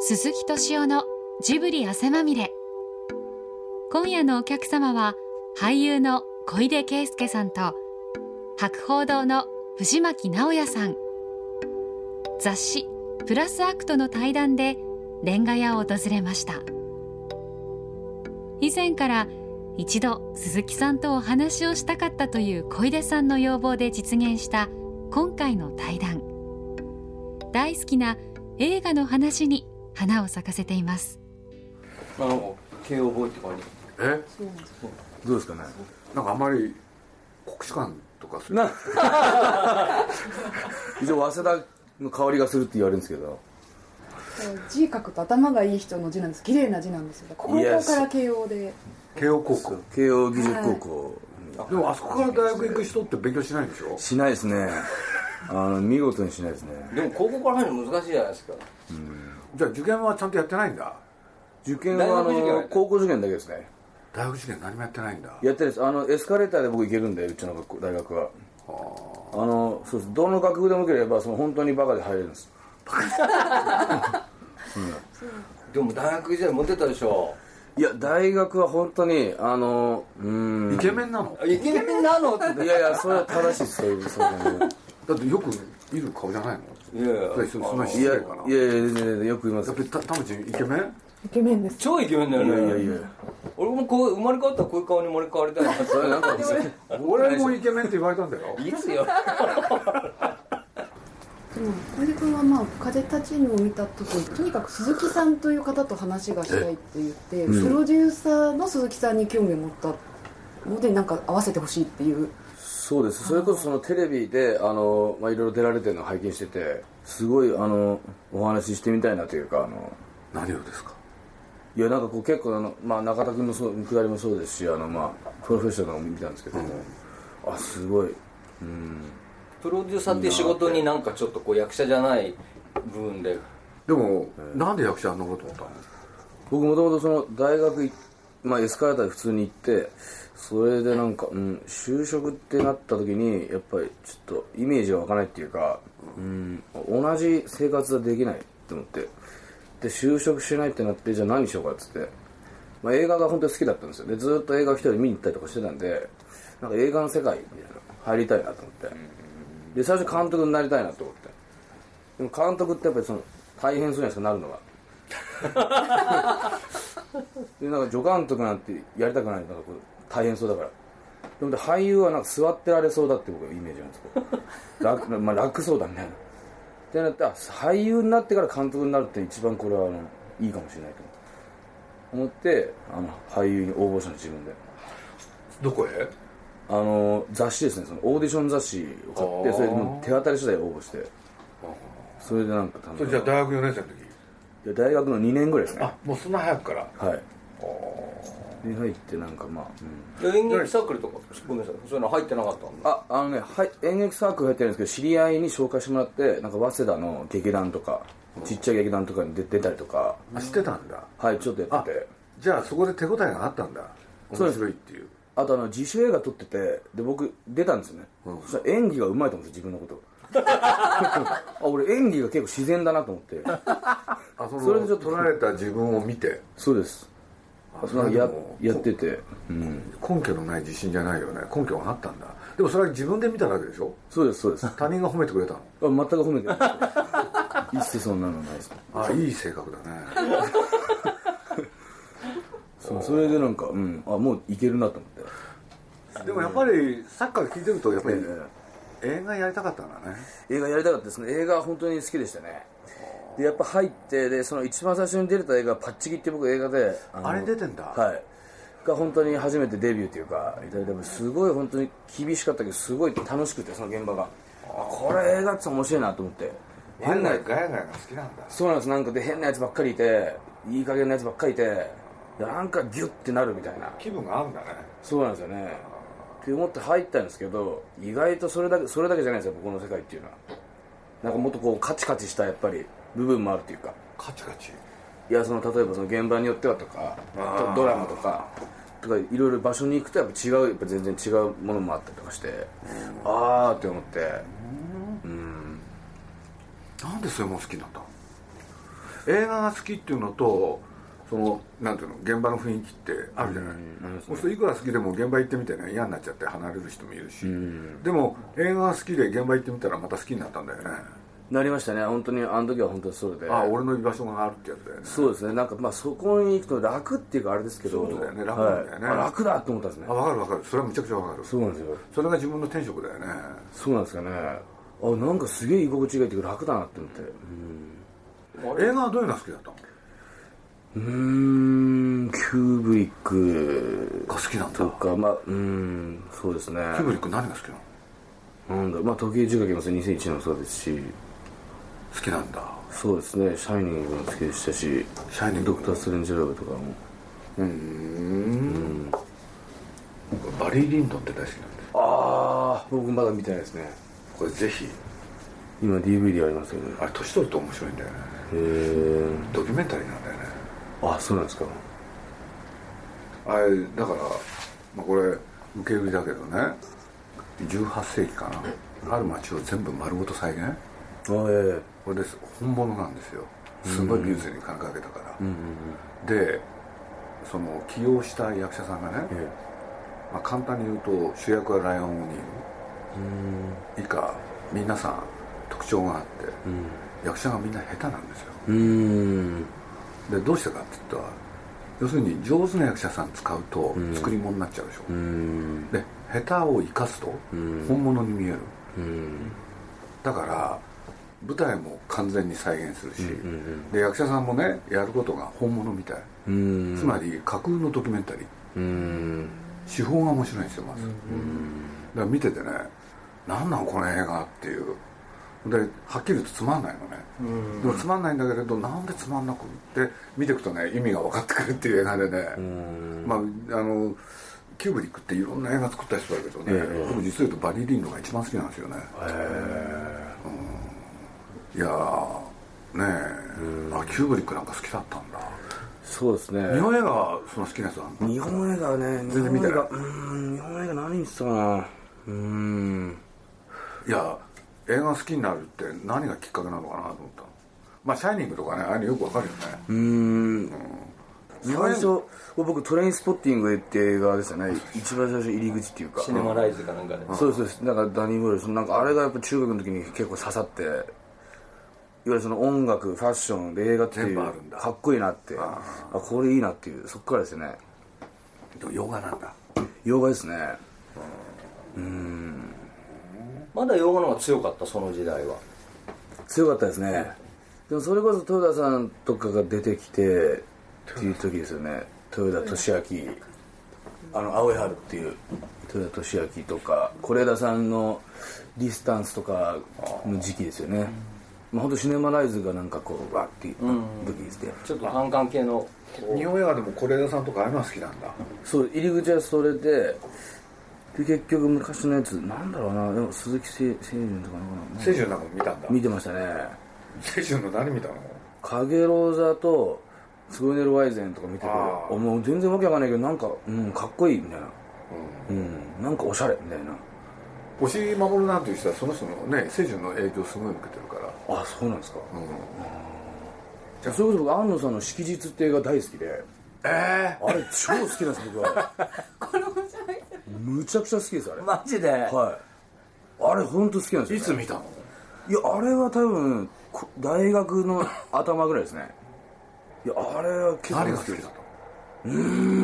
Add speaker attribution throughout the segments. Speaker 1: 鈴木敏夫のジブリ汗まみれ今夜のお客様は俳優の小出圭介さんと博報堂の藤巻直也さん雑誌「プラスアクト」の対談でレンガ屋を訪れました以前から一度鈴木さんとお話をしたかったという小出さんの要望で実現した今回の対談大好きな映画の話に花を咲かせています
Speaker 2: あの慶応ボーイとかに
Speaker 3: えどうですかねなんかあんまり国士官とかそういう
Speaker 2: 一応早稲田の香りがするって言われるんですけど
Speaker 4: 字書くと頭がいい人の字なんです綺麗な字なんですよ高校から慶応で
Speaker 3: 慶応高校
Speaker 2: 慶応義塾高校、
Speaker 3: でもあそこから大学行く人って勉強しないんでしょ
Speaker 2: しないですねあの見事にしないですね
Speaker 5: でも高校から入るの難しいじゃないですか
Speaker 3: じゃあ受験はちゃんとやってないんだ
Speaker 2: 受験はあ
Speaker 5: 大学受験は
Speaker 2: の
Speaker 5: ね
Speaker 2: 高校受験だけですね
Speaker 3: 大学受験何もやってないんだ
Speaker 2: やってるですあのエスカレーターで僕行けるんでうちの学校大学はあのそうですどの学部でも受ければその本当にバカで入れるんです
Speaker 5: でも大学時代モテたでし ょ
Speaker 2: いや大学は本当にあのうーん
Speaker 3: イケメンなの
Speaker 5: イケメンなの って
Speaker 2: いやいやそれは正しいですそういうそういう
Speaker 3: だってよくいる顔じゃないの
Speaker 5: いやいや
Speaker 3: それそそんなに
Speaker 2: い
Speaker 3: 失
Speaker 2: や
Speaker 3: 礼かない
Speaker 2: やいや全然よく言います
Speaker 3: やっぱりた田淵イケメン
Speaker 4: イケメンです
Speaker 5: 超イケメンだよね
Speaker 2: いやいやいや
Speaker 5: 俺もこう生まれ変わったらこういう顔に生まれ変わりたいなって
Speaker 2: それなんかですね
Speaker 3: 俺もイケメンって言われたんだよ
Speaker 5: いつよ
Speaker 4: でも小出君はまあ「風立ちぬ」を見た時とにかく鈴木さんという方と話がしたいって言って、プロデューサーの鈴木さんに興味を持ったのでなんか合わせてほしいっていう
Speaker 2: そうですそれこそそのテレビであの、まあ、いろいろ出られてるのを拝見しててすごいあのお話ししてみたいなというかあの
Speaker 3: 何をですか
Speaker 2: いやなんかこう結構あの、まあ、中田君のそうくだりもそうですしあの、まあ、プロフェッショナルも見たんですけども、あすごい
Speaker 5: プロデューサーっていう仕事になんかちょっとこう役者じゃない部分で
Speaker 3: でもなんで役者になろうと思ったの
Speaker 2: 僕もともとその大学い、まあ、エスカレーターで普通に行ってそれでなんか、うん、就職ってなった時にやっぱりちょっとイメージが湧かないっていうか、うん、同じ生活はできないと思ってで就職しないってなってじゃあ何しようかっつって、まあ、映画が本当に好きだったんですよでずっと映画を一人で見に行ったりとかしてたんでなんか映画の世界みたいなの入りたいなと思ってで最初監督になりたいなと思ってでも監督ってやっぱりその大変そうじゃないですかなるのが。でなんか助監督なんてやりたくないなんかこう大変そうだからでもで俳優はなんか座ってられそうだって僕はイメージなんですけ ど楽,、まあ、楽そうだみたいなってなってあ俳優になってから監督になるって一番これはあのいいかもしれないと思ってあの俳優に応募したの自分で
Speaker 3: どこへ
Speaker 2: あの雑誌ですねそのオーディション雑誌を買ってそれでもう手当たり次第応募してそれでなんか
Speaker 3: そ
Speaker 2: 楽し
Speaker 3: れ
Speaker 2: い
Speaker 3: じゃあ大学4年生の時
Speaker 2: いや大学の2年ぐらいですね
Speaker 3: あもうそんな早くから
Speaker 2: はいで入ってなんかまあ、うん
Speaker 5: 演劇サークルとかごめんなさいそういうの入ってなかったんだ
Speaker 2: ああのね、はい、演劇サークル入ってるんですけど知り合いに紹介してもらってなんか早稲田の劇団とかちっちゃい劇団とかに出出たりとか
Speaker 3: あ知ってたんだ
Speaker 2: はいちょっとやってて
Speaker 3: じゃあそこで手応えがあったんだ
Speaker 2: そう
Speaker 3: 面
Speaker 2: です
Speaker 3: 白いっていう
Speaker 2: あとあの自主映画撮っててで僕出たんですよね、そしたら演技がうまいと思って自分のこと あ俺演技が結構自然だなと思って
Speaker 3: あそ
Speaker 2: そ
Speaker 3: の
Speaker 2: れでちょっと
Speaker 3: 取られた自分を見て
Speaker 2: そうです
Speaker 3: あそれ
Speaker 2: な
Speaker 3: は
Speaker 2: んか
Speaker 3: で
Speaker 2: や
Speaker 3: も
Speaker 2: やってて、うん、
Speaker 3: 根拠のない自信じゃないよね根拠があったんだでもそれは自分で見ただけでしょ
Speaker 2: そうですそうですあ
Speaker 3: 他人が褒めてくれたの
Speaker 2: 全く褒めて ないです一切そんなのないです
Speaker 3: あいい性格だね
Speaker 2: そうそれでなんか、うん、あもういけるなと思って
Speaker 3: でもやっぱりサッカー聞いてるとやっぱり
Speaker 2: え
Speaker 3: 映画やりたかったんだね
Speaker 2: 映画やりたかったですね映画は本当に好きでしたねでやっぱ入ってでその一番最初に出れた映画「パッチギ」って僕映画であの
Speaker 3: あれ出てんだ
Speaker 2: はいが本当に初めてデビューというかいただいてすごい本当に厳しかったけどすごい楽しくてその現場があこれ映画って面白いなと思って変な
Speaker 3: ガヤガヤが好きなんだ
Speaker 2: そうなんですなんかで変なやつばっかりいていい加減なやつばっかりいてでなんかギュッてなるみたいな
Speaker 3: 気分が合うんだね
Speaker 2: そうなんですよねって思って入ったんですけど意外とそれだけそれだけじゃないんですよ僕の世界っていうのはなんかもっとこうカチカチしたやっぱり部分もあるっていうか
Speaker 3: カチカチ
Speaker 2: いやその例えばその現場によってはとか
Speaker 3: あー
Speaker 2: ドラマとかとかいろいろ場所に行くとやっぱ違うやっぱ全然違うものもあったりとかしてああって思って
Speaker 3: なんでそれも好きになったの
Speaker 2: い
Speaker 3: 映画が好きっていうのとそのなんていうの現場の雰囲気ってあるじゃない、そうするといくら好きでも現場行ってみたら嫌になっちゃって離れる人もいるし、でも映画が好きで現場行ってみたらまた好きになったんだよね、
Speaker 2: なりましたね本当にあの時は本当にそれで
Speaker 3: ああ俺の居場所があるってやつだよね
Speaker 2: そうですねなんかまあそこに行くと楽っていうかあれですけど
Speaker 3: そういうことだよね楽なんだよね
Speaker 2: はいあ楽だと思ったんですね
Speaker 3: あ分かる分かるそれはむちゃくちゃ分かる
Speaker 2: そうなんですよ
Speaker 3: それが自分の天職だよね
Speaker 2: そうなんですかねあなんかすげえ居心地がいいっていうか楽だなって思って
Speaker 3: 映画はどういうのが好きだったの
Speaker 2: うーんキューブリック
Speaker 3: が好きなんだ
Speaker 2: とかまあうーんそうですね
Speaker 3: キューブリック何が好きなの
Speaker 2: なんだろうまあ時計中華もそう2001年もそうですし
Speaker 3: 好きなんだ
Speaker 2: そうですねシャイニングも好きでしたし
Speaker 3: シャイニング
Speaker 2: ドクター・ストレンジ・ラブとかも
Speaker 3: うーんバリー・リンドンって大好きなんで
Speaker 2: ああ僕まだ見てないですね
Speaker 3: これぜひ
Speaker 2: 今 DVD ありますけどね
Speaker 3: あれ年取ると面白いんだよね
Speaker 2: へえ
Speaker 3: ドキュメンタリーなんだよね
Speaker 2: あそうなんですか
Speaker 3: あれだから、まあ、これ受け売りだけどね18世紀かなある街を全部丸ごと再現
Speaker 2: あえ
Speaker 3: これです本物なんですよすごい技術に金かけたから、でその起用した役者さんがね、
Speaker 2: ええ
Speaker 3: まあ、簡単に言うと主役はライオン・オニール以下皆さん特徴があって、役者がみんな下手なんですよ
Speaker 2: えうーん
Speaker 3: でどうしてかって言ったら要するに上手な役者さん使うと作り物になっちゃうでしょ、
Speaker 2: うーん
Speaker 3: で下手を生かすと本物に見える、だから舞台も完全に再現するし、で役者さんもねやることが本物みたい、
Speaker 2: うーん
Speaker 3: つまり架空のドキュメンタリー
Speaker 2: うーん
Speaker 3: 手法が面白いんですよまず、だから見ててね何なんこの映画っていうではっきり言うとつまんないのね、でもつまんないんだけれどなんでつまんなくって見ていくとね意味が分かってくるっていう映画でね、まああのキューブリックっていろんな映画作った人だけどね、でも実は言うとバリー・リンドンが一番好きなんですよねうんいやーねえあキューブリックなんか好きだったんだ
Speaker 2: そうですね
Speaker 3: 日本映画はその好きな人なんだ
Speaker 2: 日本映画はね
Speaker 3: 全
Speaker 2: 日
Speaker 3: 然
Speaker 2: 本
Speaker 3: 見て
Speaker 2: 映
Speaker 3: ない
Speaker 2: 画うーん日本映画何見てたかなうーん
Speaker 3: いや映画好きになるって何がきっかけなのかなと思ったのまあ「シャイニング」とかねああいうのよくわかるよ
Speaker 2: うー
Speaker 3: ね
Speaker 2: ん
Speaker 3: 日
Speaker 2: 最
Speaker 3: 本映画
Speaker 2: 初僕トレインスポッティングって映画ですよね一番最初入り口っていうか
Speaker 5: シネマライズかなんかで、
Speaker 2: そうですそうですなんかダニー・ボイルなんかあれがやっぱ中学の時に結構刺さっていわゆるその音楽ファッションで映画ってい
Speaker 3: 全
Speaker 2: う
Speaker 3: 部あるんだ
Speaker 2: かっこいいなってあこれいいなっていうそっからですね
Speaker 3: でも洋画なんだ
Speaker 2: 洋画ですね
Speaker 5: まだ洋画の方が強かったその時代は
Speaker 2: 強かったですねでもそれこそ豊田さんとかが出てきてっていう時ですよね豊田俊明あの青い春っていう豊田俊明とか是枝さんのディスタンスとかの時期ですよねまあ本当シネマライズがなんかこうわっていう時ですね
Speaker 5: ちょっと反感系の
Speaker 3: 日本映画でも是枝さんとかああいうのは好きなんだ
Speaker 2: そう入り口はそれでで結局昔のやつなんだろうなでも鈴木せ清純とかのかな
Speaker 3: 青春なんかも見たんだ
Speaker 2: 見てましたね
Speaker 3: 青春の何見たの
Speaker 2: カゲローザとスゴイネル・ワイゼンとか見てて
Speaker 3: あ
Speaker 2: あ
Speaker 3: ー
Speaker 2: もう全然わけわかんないけどなんか、うん、かっこいいみたいな、うん、なんかおしゃれみたいな
Speaker 3: 星守なんていう人はその人のね青春の影響すごい受けてるから
Speaker 2: あそうなんですか、
Speaker 3: うん
Speaker 2: じゃあそれこそ僕安野さんの「色日」って映画大好きで
Speaker 3: え
Speaker 2: あれ超好きなんです僕は むちゃくちゃ好きですあれ
Speaker 5: マジで
Speaker 2: はいあれ本当好きなんです
Speaker 3: えい
Speaker 2: よ、
Speaker 3: つ見
Speaker 2: ね、
Speaker 3: たの
Speaker 2: いやあれは多分こ大学の頭ぐらいですねいやあれは結構
Speaker 3: 何が
Speaker 2: 好
Speaker 3: 好
Speaker 2: き
Speaker 3: きだっ
Speaker 2: です
Speaker 3: たの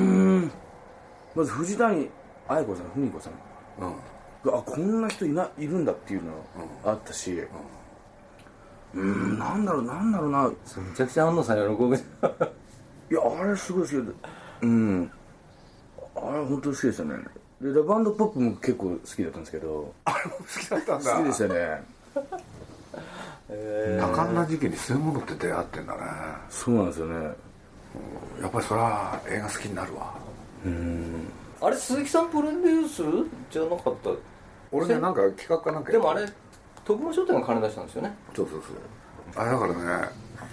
Speaker 2: まず藤谷綾子さん文子さん
Speaker 3: うん
Speaker 2: あこんな人いないるんだっていうのあったしうんんなんだろうなんだろうな
Speaker 5: めちゃくちゃ安野さん喜ぶ
Speaker 2: いやあれすごい好きだうんあれ本当に好きでしたねでラバンドポップも結構好きだったんですけど好
Speaker 3: あれも好きだったんだ
Speaker 2: きでしたね
Speaker 3: 多感な時期にそういうものって出会ってんだね
Speaker 2: そうなんですよね
Speaker 3: やっぱりそれは映画好きになるわ
Speaker 5: あれ鈴木さんプロデュースじゃなかった
Speaker 3: 俺ねなんか企画かなんか
Speaker 5: でもあれ徳間商店が金出したんですよね
Speaker 3: そうそうそうあれだからね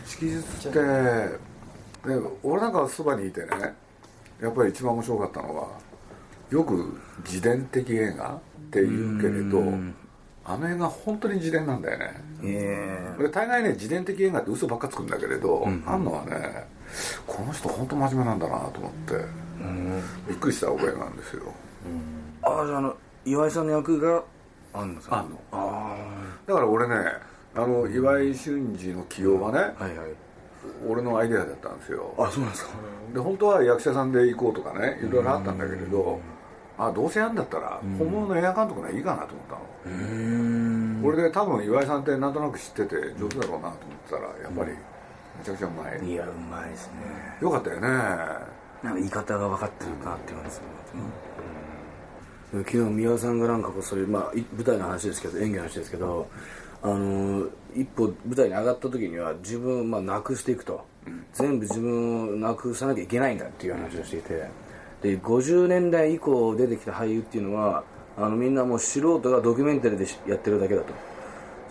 Speaker 3: 式日ってで俺なんかそばにいてねやっぱり一番面白かったのはよく自伝的映画っていうけれどあの映画本当に自伝なんだよね
Speaker 2: え
Speaker 3: で大概ね自伝的映画って嘘ばっかつくんだけれど、あんのはねこの人本当真面目なんだなと思って、びっくりした覚えがあるんですよ
Speaker 2: ー、ああじゃああの岩井さんの役が安野さん
Speaker 3: あんのだから俺ねあの岩井俊二の起用はね、
Speaker 2: はいはい
Speaker 3: 俺のアイデアだったんですよ
Speaker 2: あそうなんですか
Speaker 3: で本当は役者さんで行こうとかねいろいろあったんだけれど、あどうせやんだったら本物の映画監督のはいいかなと思ったの、これで多分岩井さんってなんとなく知ってて上手だろうなと思ってたらやっぱりめちゃくちゃうまい、
Speaker 2: いやうまいですね
Speaker 3: よかったよね
Speaker 2: なんか言い方が分かってるなって感じですね、うん昨日三輪さんがなんかこうそういう、まあ、い舞台の話ですけど演技の話ですけど、あのー一歩舞台に上がった時には自分をまあなくしていくと、全部自分をなくさなきゃいけないんだっていう話をしていてで50年代以降出てきた俳優っていうのはあのみんなもう素人がドキュメンタリーでしやってるだけだと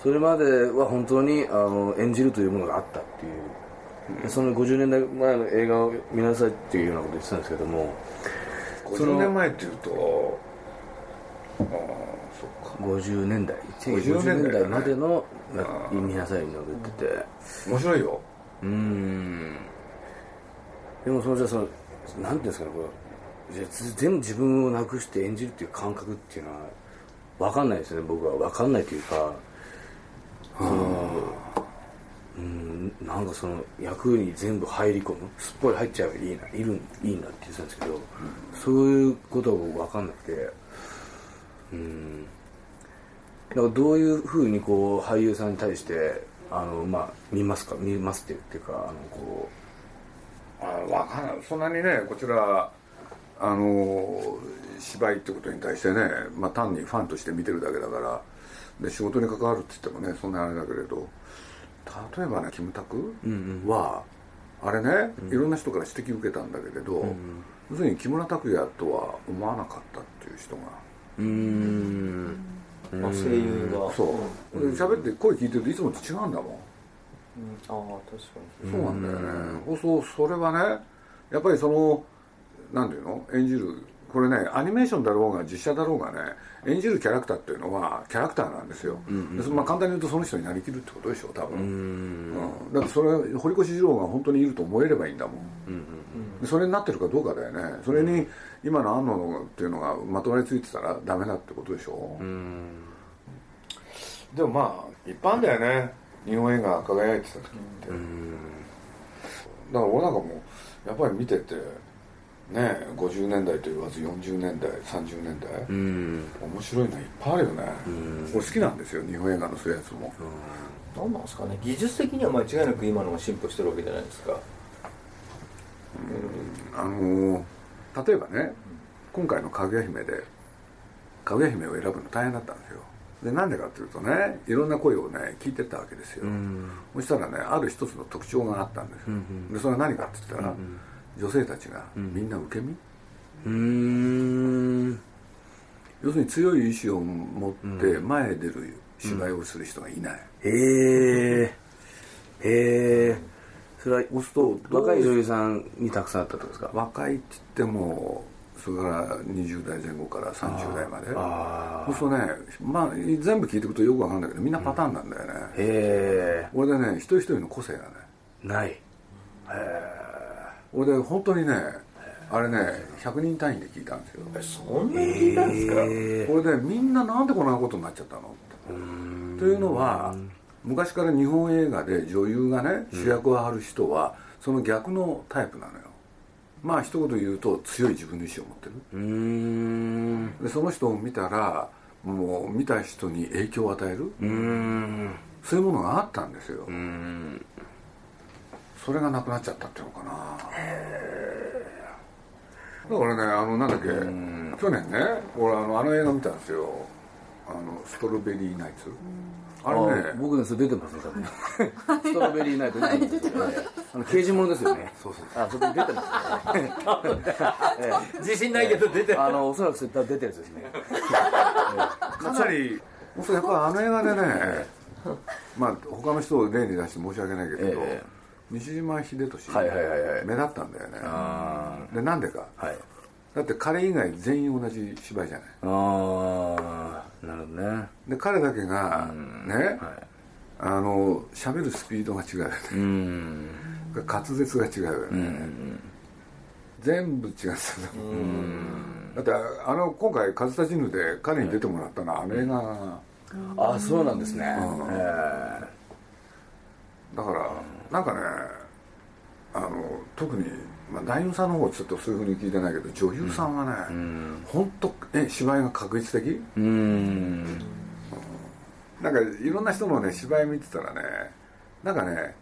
Speaker 2: それまでは本当にあの演じるというものがあったっていうでその50年代前の映画を見なさいっていうようなこと言ってたんですけども
Speaker 3: 50年前っていうとああそっか
Speaker 2: 50年代
Speaker 3: 50
Speaker 2: 50年
Speaker 3: 年代
Speaker 2: 代ま
Speaker 3: ま
Speaker 2: で
Speaker 3: で
Speaker 2: の見なさいの言ってて
Speaker 3: 面白いよ
Speaker 2: うーんでもそのじゃあそのなんていうんですかねこれじゃあず全部自分をなくして演じるっていう感覚っていうのは分かんないですね僕は分かんないというかそのうんなんかその役に全部入り込むすっぽり入っちゃえばいいないるいいんだって言ってたんですけど、そういうことが分かんなくてうんだからどういうふうにこう俳優さんに対してあの、まあ、見ますか見ますっていうっていうかあのこ
Speaker 3: あわかんないそんなにねこちらあの芝居ってことに対してね、まあ、単にファンとして見てるだけだからで仕事に関わるって言ってもねそんなあれだけれど例えばねキムタクは、あれね、いろんな人から指摘受けたんだけれど、要するに木村拓哉とは思わなかったっていう人が
Speaker 2: ううーん
Speaker 5: あ声優が
Speaker 3: そうで喋って声聞いてるといつもと違うん
Speaker 5: う
Speaker 3: だもん
Speaker 5: んああ確かに
Speaker 3: そうなんだよね。そうそれはね、やっぱりその、なんていうの演じる、これね、アニメーションだろうが実写だろうがね、演じるキャラクターっていうのはキャラクターなんですよ。でそまあ簡単に言うとその人になりきるってことでしょ、多分。うんだってそれ、堀越二郎が本当にいると思えればいいんだもん。でそれになってるかどうかだよね。それに今の安野のっていうのがまとわりついてたらダメだってことでしょ。でもまあ一般だよね日本映画が輝いてた時ってだから俺なんかもうやっぱり見ててねえ50年代と言わず40年代30年代、
Speaker 2: うん
Speaker 3: 面白いのいっぱいあるよね、俺好きなんですよ日本映画のそういうやつも、
Speaker 5: 何なんですかね技術的には間違いなく今のが進歩してるわけじゃないですか
Speaker 3: あのー例えばね今回の「かぐや姫で」かぐや姫を選ぶの大変だったんですよでなんでかっていうとねいろんな声をね聞いてったわけですよ、そしたらねある一つの特徴があったんですよ、でそれは何かって言ったら、女性たちがみんな受け身、
Speaker 2: うーん
Speaker 3: 要するに強い意志を持って前へ出る芝居をする人がいない、
Speaker 2: ええええそれは押すと若い女優さんにたくさんあったってことですか
Speaker 3: 若いって言ってもそれから20代前後から30代まで
Speaker 2: あ
Speaker 3: そうするとね、まあ、全部聞いていくとよくわかるんだけどみんなパターンなんだよね、
Speaker 2: え
Speaker 3: 俺でね一人一人の個性がね
Speaker 2: えない
Speaker 3: 俺で本当にねあれね100人単位で聞いたんですよ
Speaker 5: そんなに聞いたんですか、
Speaker 3: これでみんななんでこんなことになっちゃったのってというのは昔から日本映画で女優がね主役を張る人はその逆のタイプなのよまあ一言言うと強い自分の意志を持ってる
Speaker 2: うーん
Speaker 3: でその人を見たらもう見た人に影響を与える
Speaker 2: うーん
Speaker 3: そういうものがあったんですよ
Speaker 2: うーん
Speaker 3: それがなくなっちゃったっていうのかなだからねあのなんだっけ去年ね俺あのあの映画見たんですよあのストロベリーナイツあれね
Speaker 2: 僕のそれ出てますね多分ストロベリーナイト出てますよねあの刑事ものですよねそうそうあそこに出てますよね
Speaker 5: 自信ないけど出て
Speaker 2: あのおそらくそれ多分出てるやつですね
Speaker 3: かなりもうそれやっぱりあの映画でねまあ他の人を例に出して申し訳ないけれど、
Speaker 2: ええ
Speaker 3: 西島秀俊、
Speaker 2: はいはいはいはい
Speaker 3: 目立ったんだよねでなんでか、
Speaker 2: はい
Speaker 3: だって彼以外全員同じ芝居じゃない
Speaker 2: ああなるほどね
Speaker 3: で彼だけがね、
Speaker 2: はい
Speaker 3: あの喋るスピードが違うよね
Speaker 2: うん
Speaker 3: 滑舌が違うよね、全部違ってたと思うだってあの今回「風立ちぬ」で彼に出てもらったのはあの映画
Speaker 2: あそうなんですね、え
Speaker 3: だからなんかねあの特に、まあ、男優さんの方はちょっとそういうふうに聞いてないけど女優さんはね本当え芝居が確率的
Speaker 2: えうん
Speaker 3: なんかいろんな人のね芝居見てたらねなんかね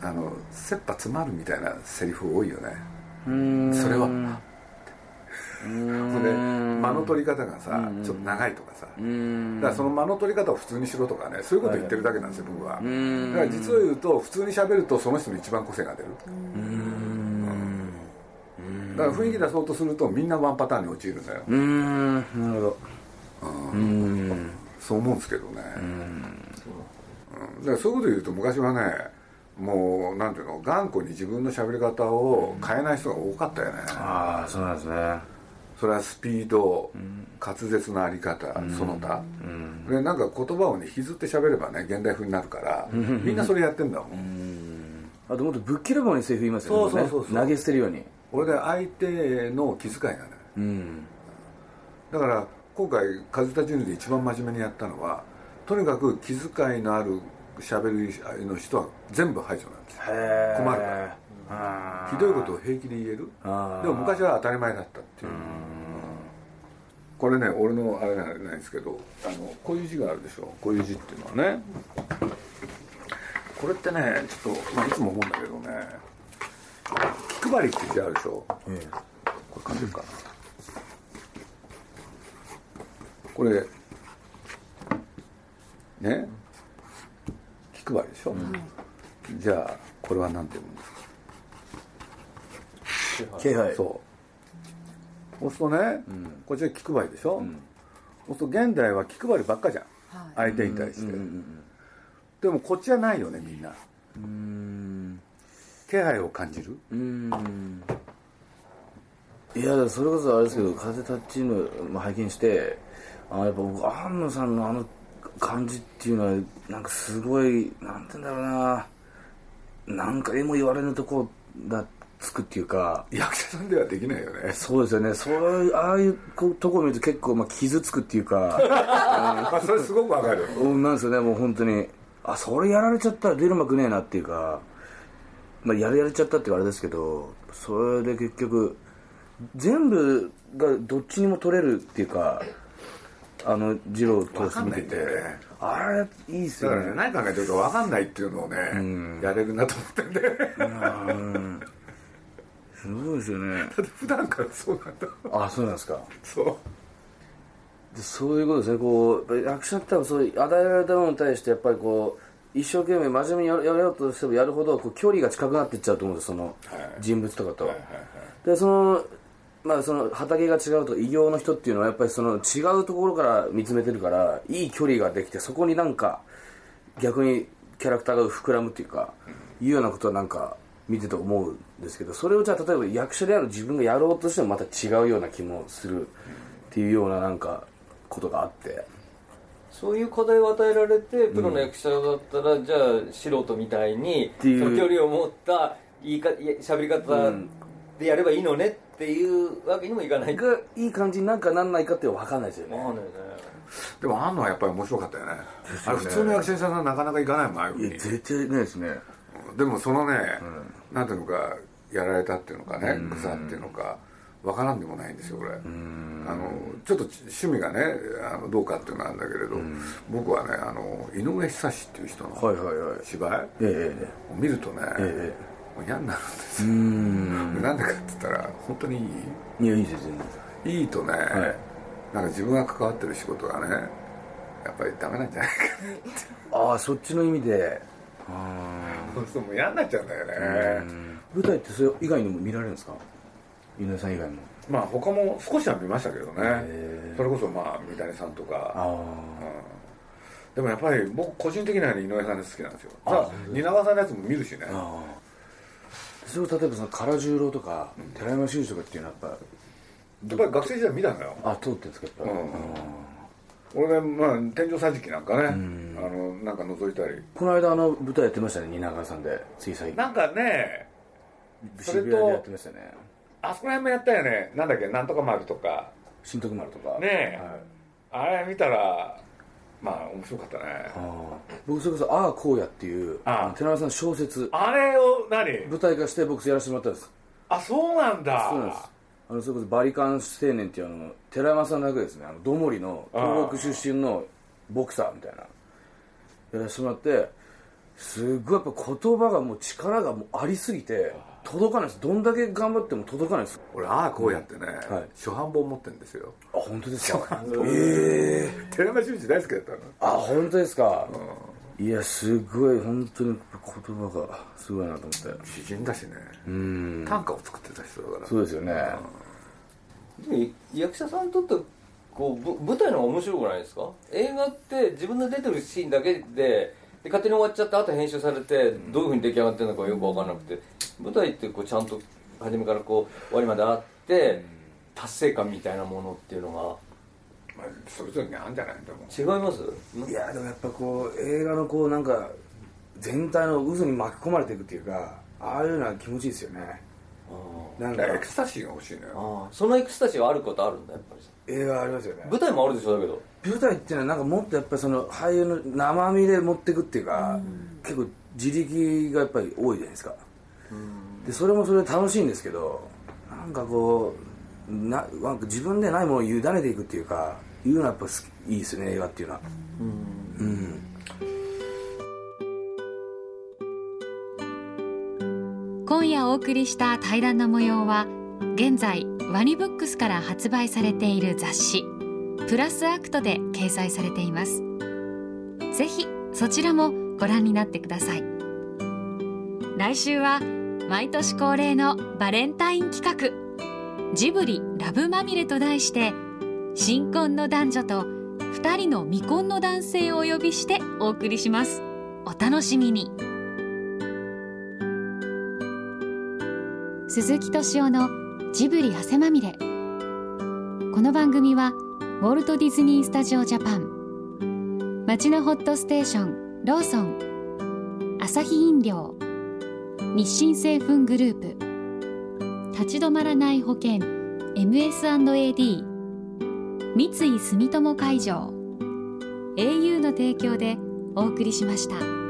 Speaker 3: あの切羽詰まるみたいなセリフ多いよねそれはそれ で間の取り方がさちょっと長いとかさだからその間の取り方を普通にしろとかねそういうこと言ってるだけなんですよ僕はだから実を言うと普通に喋るとその人の一番個性が出るうんだから雰囲気出そうとするとみんなワンパターンに陥るんだよ
Speaker 2: うんなるほど
Speaker 3: そう思うんですけどねうんだからそういうこと言うと昔はねもうなんていうの頑固に自分の喋り方を変えない人が多かったよね
Speaker 2: ああそうなんですね
Speaker 3: それはスピード滑舌のあり方その他でなんか言葉をね引きずって喋ればね現代風になるからみんなそれやってんだもん
Speaker 2: あともっとぶっ切れ棒にセリフ言いますよね
Speaker 3: そうそうそうそう
Speaker 2: 僕ね投げ捨てるように
Speaker 3: 俺で相手の気遣いがね
Speaker 2: うん
Speaker 3: だから今回風立ちぬで一番真面目にやったのはとにかく気遣いのある喋りの人は全部排除なんですよ
Speaker 2: へ
Speaker 3: 困るから
Speaker 2: あ
Speaker 3: ひどいことを平気で言える
Speaker 2: あー
Speaker 3: でも昔は当たり前だったっていうこれね俺のあれなんですけどあのこういう字があるでしょこういう字っていうのはねこれってねちょっと、まあ、いつも思うんだけどね気配りって字あるでしょ、これ書けるかなこれね気配りでしょ、じゃあこれは何て読むんですか
Speaker 2: 気配
Speaker 3: そうそうするとね、こっちは気配りでしょ、そうすると現代は気配りばっかじゃん、
Speaker 4: はい
Speaker 3: 相手に対して、でもこっちはないよねみんな気配を感じる
Speaker 2: いやそれこそあれですけど「風立ちぬ」も拝見してあやっぱ僕安野さんのあの感じっていうのはなんかすごいなんて言うんだろうななんかえも言われぬとこがつくっていうか
Speaker 3: 役者さんではできないよ ね
Speaker 2: そうですよねそういうああいうことこ見ると結構まあ傷つくっていうか
Speaker 3: まあそれすごくわか る
Speaker 2: うんなんですよねもう本当にあそれやられちゃったら出るまくねえなっていうか、まあ、やれやれちゃったっていうあれですけどそれで結局全部がどっちにも取れるっていうかあの二郎投手
Speaker 3: わかん
Speaker 2: 見てて、
Speaker 3: ないんだよね
Speaker 2: あれいいっす
Speaker 3: だ
Speaker 2: よ
Speaker 3: からね
Speaker 2: ね
Speaker 3: 何考えてるかわかんないっていうのをね、やれるなと思ってんで
Speaker 2: すごいですよね
Speaker 3: 普段からそうなんだ
Speaker 2: あそうなんですか
Speaker 3: そう
Speaker 2: でそういうことですねこうやっぱり役者って多分そういう与えられたものに対してやっぱりこう一生懸命真面目にやるやろうとしてもやるほどこう距離が近くなっていっちゃうと思うんですよその人物とかと、でそのまあその畑が違うとか異形の人っていうのはやっぱりその違うところから見つめてるからいい距離ができてそこになんか逆にキャラクターが膨らむっていうか、いうようなことはなんか見てて思うんですけどそれをじゃあ例えば役者である自分がやろうとしてもまた違うような気もするっていうようななんかことがあって
Speaker 5: そういう課題を与えられてプロの役者だったら、じゃあ素人みたいに
Speaker 2: ていう
Speaker 5: その距離を持った言いかいや喋り方でやればいいのねっていうわけにもいかないか、
Speaker 2: がいい感じになんかなんないかって分かんないですよ
Speaker 5: わか
Speaker 2: ね
Speaker 5: んないね
Speaker 3: でもあんのはやっぱり面白かったよねあれ普通の役者さんはなかなかいかないもんああいうふう
Speaker 2: いや
Speaker 3: に
Speaker 2: 絶対ないですね
Speaker 3: でもそのね、なんていうのかやられたっていうのかね草っていうのかわからんでもないんですよ俺あのちょっと趣味がねあのどうかっていうのなんだけれど僕はねあの井上久志っていう人
Speaker 2: はい
Speaker 3: の
Speaker 2: はいはい
Speaker 3: 芝居を
Speaker 2: ええ
Speaker 3: 見るとね
Speaker 2: え
Speaker 3: もう嫌になるんですよなんでかって言ったら本当にい
Speaker 2: ええいやいいですよね
Speaker 3: いいいとねなんか自分が関わってる仕事がねやっぱりダメなんじゃないか
Speaker 2: ああそっちの意味で
Speaker 3: そうするともう嫌になっ ちゃうんだよね
Speaker 2: 舞台ってそれ以外にも見られるんですか井上さん以外も
Speaker 3: まあ他も少しは見ましたけどね
Speaker 2: へー
Speaker 3: それこそまあ三谷さんとか
Speaker 2: あ
Speaker 3: でもやっぱり僕個人的には井上さんの好きなんですよただ蜷川さんのやつも見るしね
Speaker 2: あああそれを例えばその唐十郎とか寺山修司とかっていうのはやっぱ
Speaker 3: やっぱり学生時代見たのよ
Speaker 2: あ通ってるんですかやっぱり、
Speaker 3: うん俺ね、まあ、天井桟敷なんかね、あのなんか覗いたり
Speaker 2: この間あの舞台やってましたね蜷川さんでつい最近
Speaker 3: なんかねそれ
Speaker 2: 渋
Speaker 3: と
Speaker 2: 谷でやってましたね
Speaker 3: あそこら辺もやったよねなんだっけなんとか丸とか
Speaker 2: 新徳丸とか
Speaker 3: ねえ
Speaker 2: はい、
Speaker 3: あれ見たらまあ面白かったね
Speaker 2: ああ僕それこそ「ああこうや」っていう
Speaker 3: ああ
Speaker 2: 寺川さんの小説
Speaker 3: あれを何
Speaker 2: 舞台化して僕やらせてもらったんです
Speaker 3: あそうなんだ
Speaker 2: そうなんですあのそれこそバリカン青年っていうあの寺山さんの役ですねあのどもりの東北出身のボクサーみたいなやらせてもらってすごいやっぱ言葉がもう力がもうありすぎて届かないですどんだけ頑張っても届かないです
Speaker 3: 俺ああこうやってね、
Speaker 2: はい
Speaker 3: 初版本持ってるんですよ
Speaker 2: あ本当ですか
Speaker 3: 寺山修司大好きだったの
Speaker 2: あ本当ですかいやすごい本当に言葉がすごいなと思って
Speaker 3: 詩人だしね
Speaker 2: うん
Speaker 3: 短歌を作ってた人だから
Speaker 2: そうですよね
Speaker 5: でも役者さんにとってこうぶ舞台の方が面白くないですか映画って自分の出てるシーンだけでで勝手に終わっちゃってあと編集されてどういうふうに出来上がってるのかよく分からなくて舞台ってこうちゃんと初めからこう終わりまであって達成感みたいなものっていうの
Speaker 3: まあ、それぞれにあるんじゃないんだもん
Speaker 5: が違います
Speaker 2: いやでもやっぱこう映画のこうなんか全体の渦に巻き込まれていくっていうかああいうのは気持ちいいですよねなんか
Speaker 3: だからエクスタシーが欲しいの
Speaker 5: あ
Speaker 3: よ
Speaker 5: ーそのエクスタシーはあることあるんだやっぱり
Speaker 2: 映画ありますよね
Speaker 5: 舞台もあるでしょだけど
Speaker 2: 舞台っていうのはなんかもっとやっぱりその俳優の生身で持っていくっていうか結構自力がやっぱり多いじゃないですかでそれもそれで楽しいんですけどなんかこうななんか自分でないものを委ねていくっていうかいうのはやっぱ好きいいですね映画っていうのはうん
Speaker 1: 今夜お送りした対談の模様は現在ワニブックスから発売されている雑誌「プラスアクト」で掲載されていますぜひそちらもご覧になってください来週は毎年恒例のバレンタイン企画「ジブリラブまみれ」と題して新婚の男女と2人の未婚の男性をお呼びしてお送りしますお楽しみに鈴木敏夫のジブリ汗まみれこの番組はウォルト・ディズニー・スタジオ・ジャパン町のホットステーションローソンアサヒ飲料日清製粉グループ立ち止まらない保険 MS&AD 三井住友海上 au の提供でお送りしました。